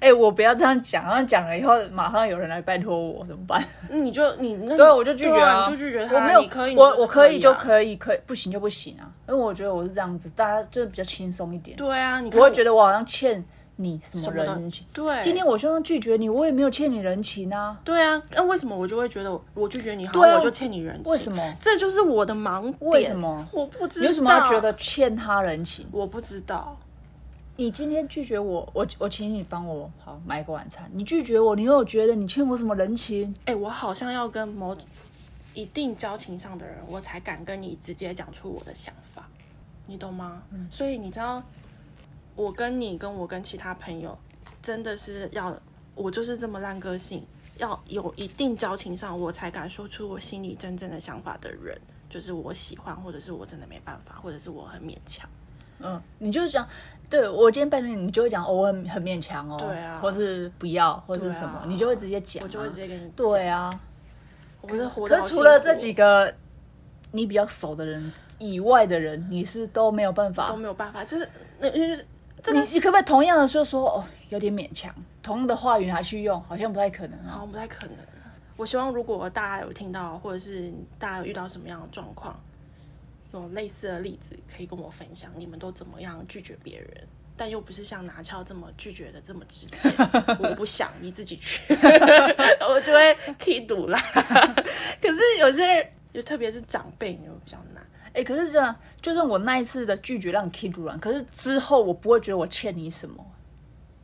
Speaker 2: 哎、我不要这样讲，这样讲了以后，马上有人来拜托我，怎么办？
Speaker 3: 你就你那
Speaker 2: 对，
Speaker 3: 你
Speaker 2: 我就拒绝
Speaker 3: 嗯对
Speaker 2: 啊，
Speaker 3: 你就拒绝他，
Speaker 2: 我没有，
Speaker 3: 你可以，
Speaker 2: 我我
Speaker 3: 可
Speaker 2: 可以就
Speaker 3: 以啊。
Speaker 2: 可以，可以不行就不行啊。因为我觉得我是这样子，大家就是比较轻松一点，
Speaker 3: 对啊，你
Speaker 2: 不会
Speaker 3: 看
Speaker 2: 觉得我好像欠你什么
Speaker 3: 什么的
Speaker 2: 人情。
Speaker 3: 对，
Speaker 2: 今天我就算拒绝你，我也没有欠你人情啊。
Speaker 3: 对啊，那为什么我就会觉得我拒绝你好，
Speaker 2: 对啊
Speaker 3: 我就欠你人情？
Speaker 2: 为什么
Speaker 3: 这就是我的盲点。
Speaker 2: 为什么
Speaker 3: 我不知道。
Speaker 2: 你为什么要觉得？欠他人情？
Speaker 3: 我不知道。
Speaker 2: 你今天拒绝我，我我请你帮我好买个晚餐。你拒绝我，你有觉得你欠我什么人情？
Speaker 3: 哎、我好像要跟某一定交情上的人，我才敢跟你直接讲出我的想法，你懂吗？所以你知道，我跟你跟我跟其他朋友，真的是要我就是这么烂个性，要有一定交情上，我才敢说出我心里真正的想法的人，就是我喜欢，或者是我真的没办法，或者是我很勉强。
Speaker 2: 嗯，你就讲，对我今天拜托你，你就会讲、哦、我很很勉强哦，
Speaker 3: 对啊
Speaker 2: 或是不要，或是
Speaker 3: 对啊
Speaker 2: 什么，你就会直接讲啊、
Speaker 3: 我就会直接跟你讲
Speaker 2: 对啊，
Speaker 3: 我真的活得
Speaker 2: 可
Speaker 3: 好
Speaker 2: 是除
Speaker 3: 辛
Speaker 2: 了
Speaker 3: 苦
Speaker 2: 这几个你比较熟的人以外的人，你是不是都没有办法
Speaker 3: 都没有办法，就是那因为真的
Speaker 2: 你你
Speaker 3: 是
Speaker 2: 可不可以同样的说说哦，有点勉强，同样的话语拿去用，好像不太可能
Speaker 3: 好
Speaker 2: 哦。
Speaker 3: 像不太可能。我希望如果大家有听到，或者是大家有遇到什么样的状况，有类似的例子可以跟我分享，你们都怎么样拒绝别人？但又不是像拿翘这么拒绝的这么直 [laughs] 接，我不想你自己去，我就会 k 堵啦。可是有些人，就特别是长辈，你就比较难。
Speaker 2: 哎、可是这样，就算我那一次的拒绝让 Kid 软，可是之后我不会觉得我欠你什么，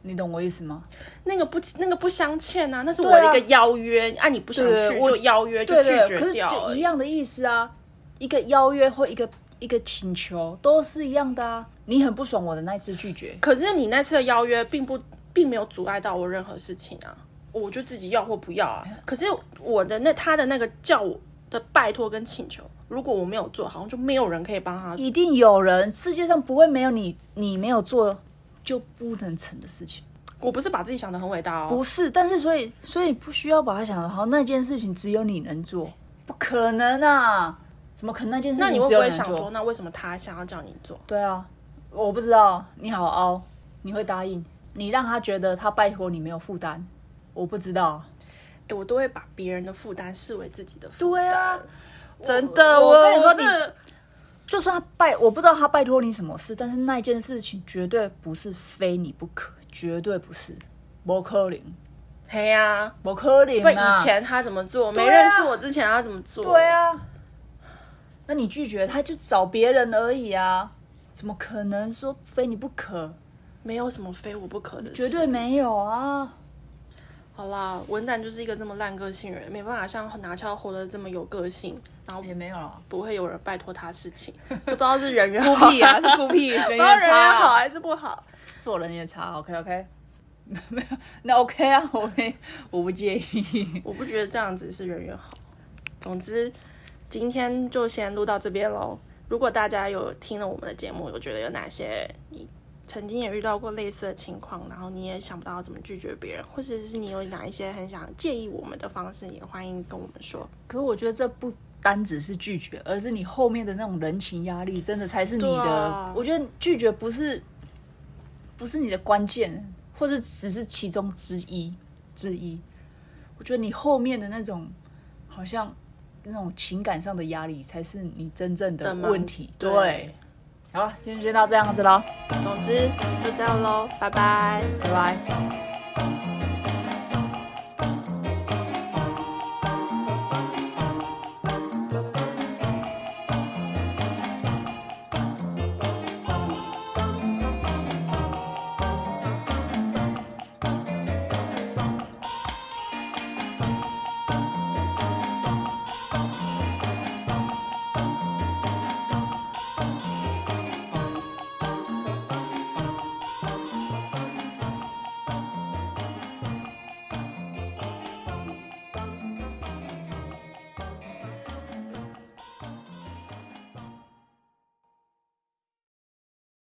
Speaker 2: 你懂我意思吗？
Speaker 3: 那个不那个不相欠啊，那是我
Speaker 2: 对
Speaker 3: 的
Speaker 2: 啊
Speaker 3: 一个邀约，啊，你不想
Speaker 2: 对
Speaker 3: 去
Speaker 2: 我
Speaker 3: 就邀约就
Speaker 2: 对
Speaker 3: 拒
Speaker 2: 对，可
Speaker 3: 绝
Speaker 2: 是
Speaker 3: 掉
Speaker 2: 就
Speaker 3: 而
Speaker 2: 一
Speaker 3: 已。
Speaker 2: 样的意思啊，一个邀约或一个一个请求都是一样的啊。你很不爽我的那一次拒绝，
Speaker 3: 可是你那次的邀约并不并没有阻碍到我任何事情啊，我就自己要或不要啊。可是我的那他的那个叫我的拜托跟请求，如果我没有做，好像就没有人可以帮他。
Speaker 2: 一定有人，世界上不会没有你，你没有做就不能成的事情。
Speaker 3: 我不是把自己想的很伟大哦
Speaker 2: 不，是，但是所以所以不需要把它想的好，那件事情只有你能做，不可能啊！怎么可能那件事
Speaker 3: 那你
Speaker 2: 情
Speaker 3: 会
Speaker 2: 只
Speaker 3: 不
Speaker 2: 有
Speaker 3: 会
Speaker 2: 你能
Speaker 3: 想说，
Speaker 2: 做？
Speaker 3: 那为什么他想要叫你做？
Speaker 2: 对啊，我不知道，你好凹，你会答应，你让他觉得他拜托你没有负担，我不知道。
Speaker 3: 哎，我都会把别人的负担视为自己的负担。
Speaker 2: 对啊，
Speaker 3: 真的，
Speaker 2: 我跟你说
Speaker 3: 我
Speaker 2: 你
Speaker 3: 这
Speaker 2: 就算他拜，我不知道他拜托你什么事，但是那件事情绝对不是非你不可，绝对不是，不可能，
Speaker 3: 嘿呀，
Speaker 2: 不可能、啊。
Speaker 3: 不以前他怎么做，没
Speaker 2: 对啊
Speaker 3: 认识我之前他怎么做？
Speaker 2: 对啊，那你拒绝他就找别人而已啊，怎么可能说非你不可？
Speaker 3: 没有什么非我不可的事，
Speaker 2: 绝对没有啊！
Speaker 3: 好啦，文旦就是一个这么烂个性人，没办法像拿翘活得这么有个性，然后
Speaker 2: 没有啊，
Speaker 3: 不会有人拜托他事情，这不知道是人缘
Speaker 2: 孤
Speaker 3: 好
Speaker 2: 僻啊，是孤 [laughs] 僻，人
Speaker 3: 不知
Speaker 2: 缘
Speaker 3: 道人缘好
Speaker 2: 差、啊，
Speaker 3: 还是不好。
Speaker 2: 是我人缘差。OK OK，没有， [laughs] 那 OK 啊，我没，我不介意。
Speaker 3: 我不觉得这样子是人缘好。总之，今天就先录到这边喽。如果大家有听了我们的节目，有觉得有哪些你曾经也遇到过类似的情况，然后你也想不到怎么拒绝别人，或者是你有哪一些很想建议我们的方式，也欢迎跟我们说。
Speaker 2: 可是我觉得这不单只是拒绝，而是你后面的那种人情压力，真的才是你
Speaker 3: 对
Speaker 2: 的。
Speaker 3: 啊
Speaker 2: 我觉得拒绝不是不是你的关键，或者只是其中之一之一。我觉得你后面的那种好像那种情感上的压力，才是你真正的
Speaker 3: 的吗
Speaker 2: 问题。
Speaker 3: 对
Speaker 2: 对，好了，今天先到这样子喽，
Speaker 3: 总之就这样喽，拜拜。
Speaker 2: 拜拜。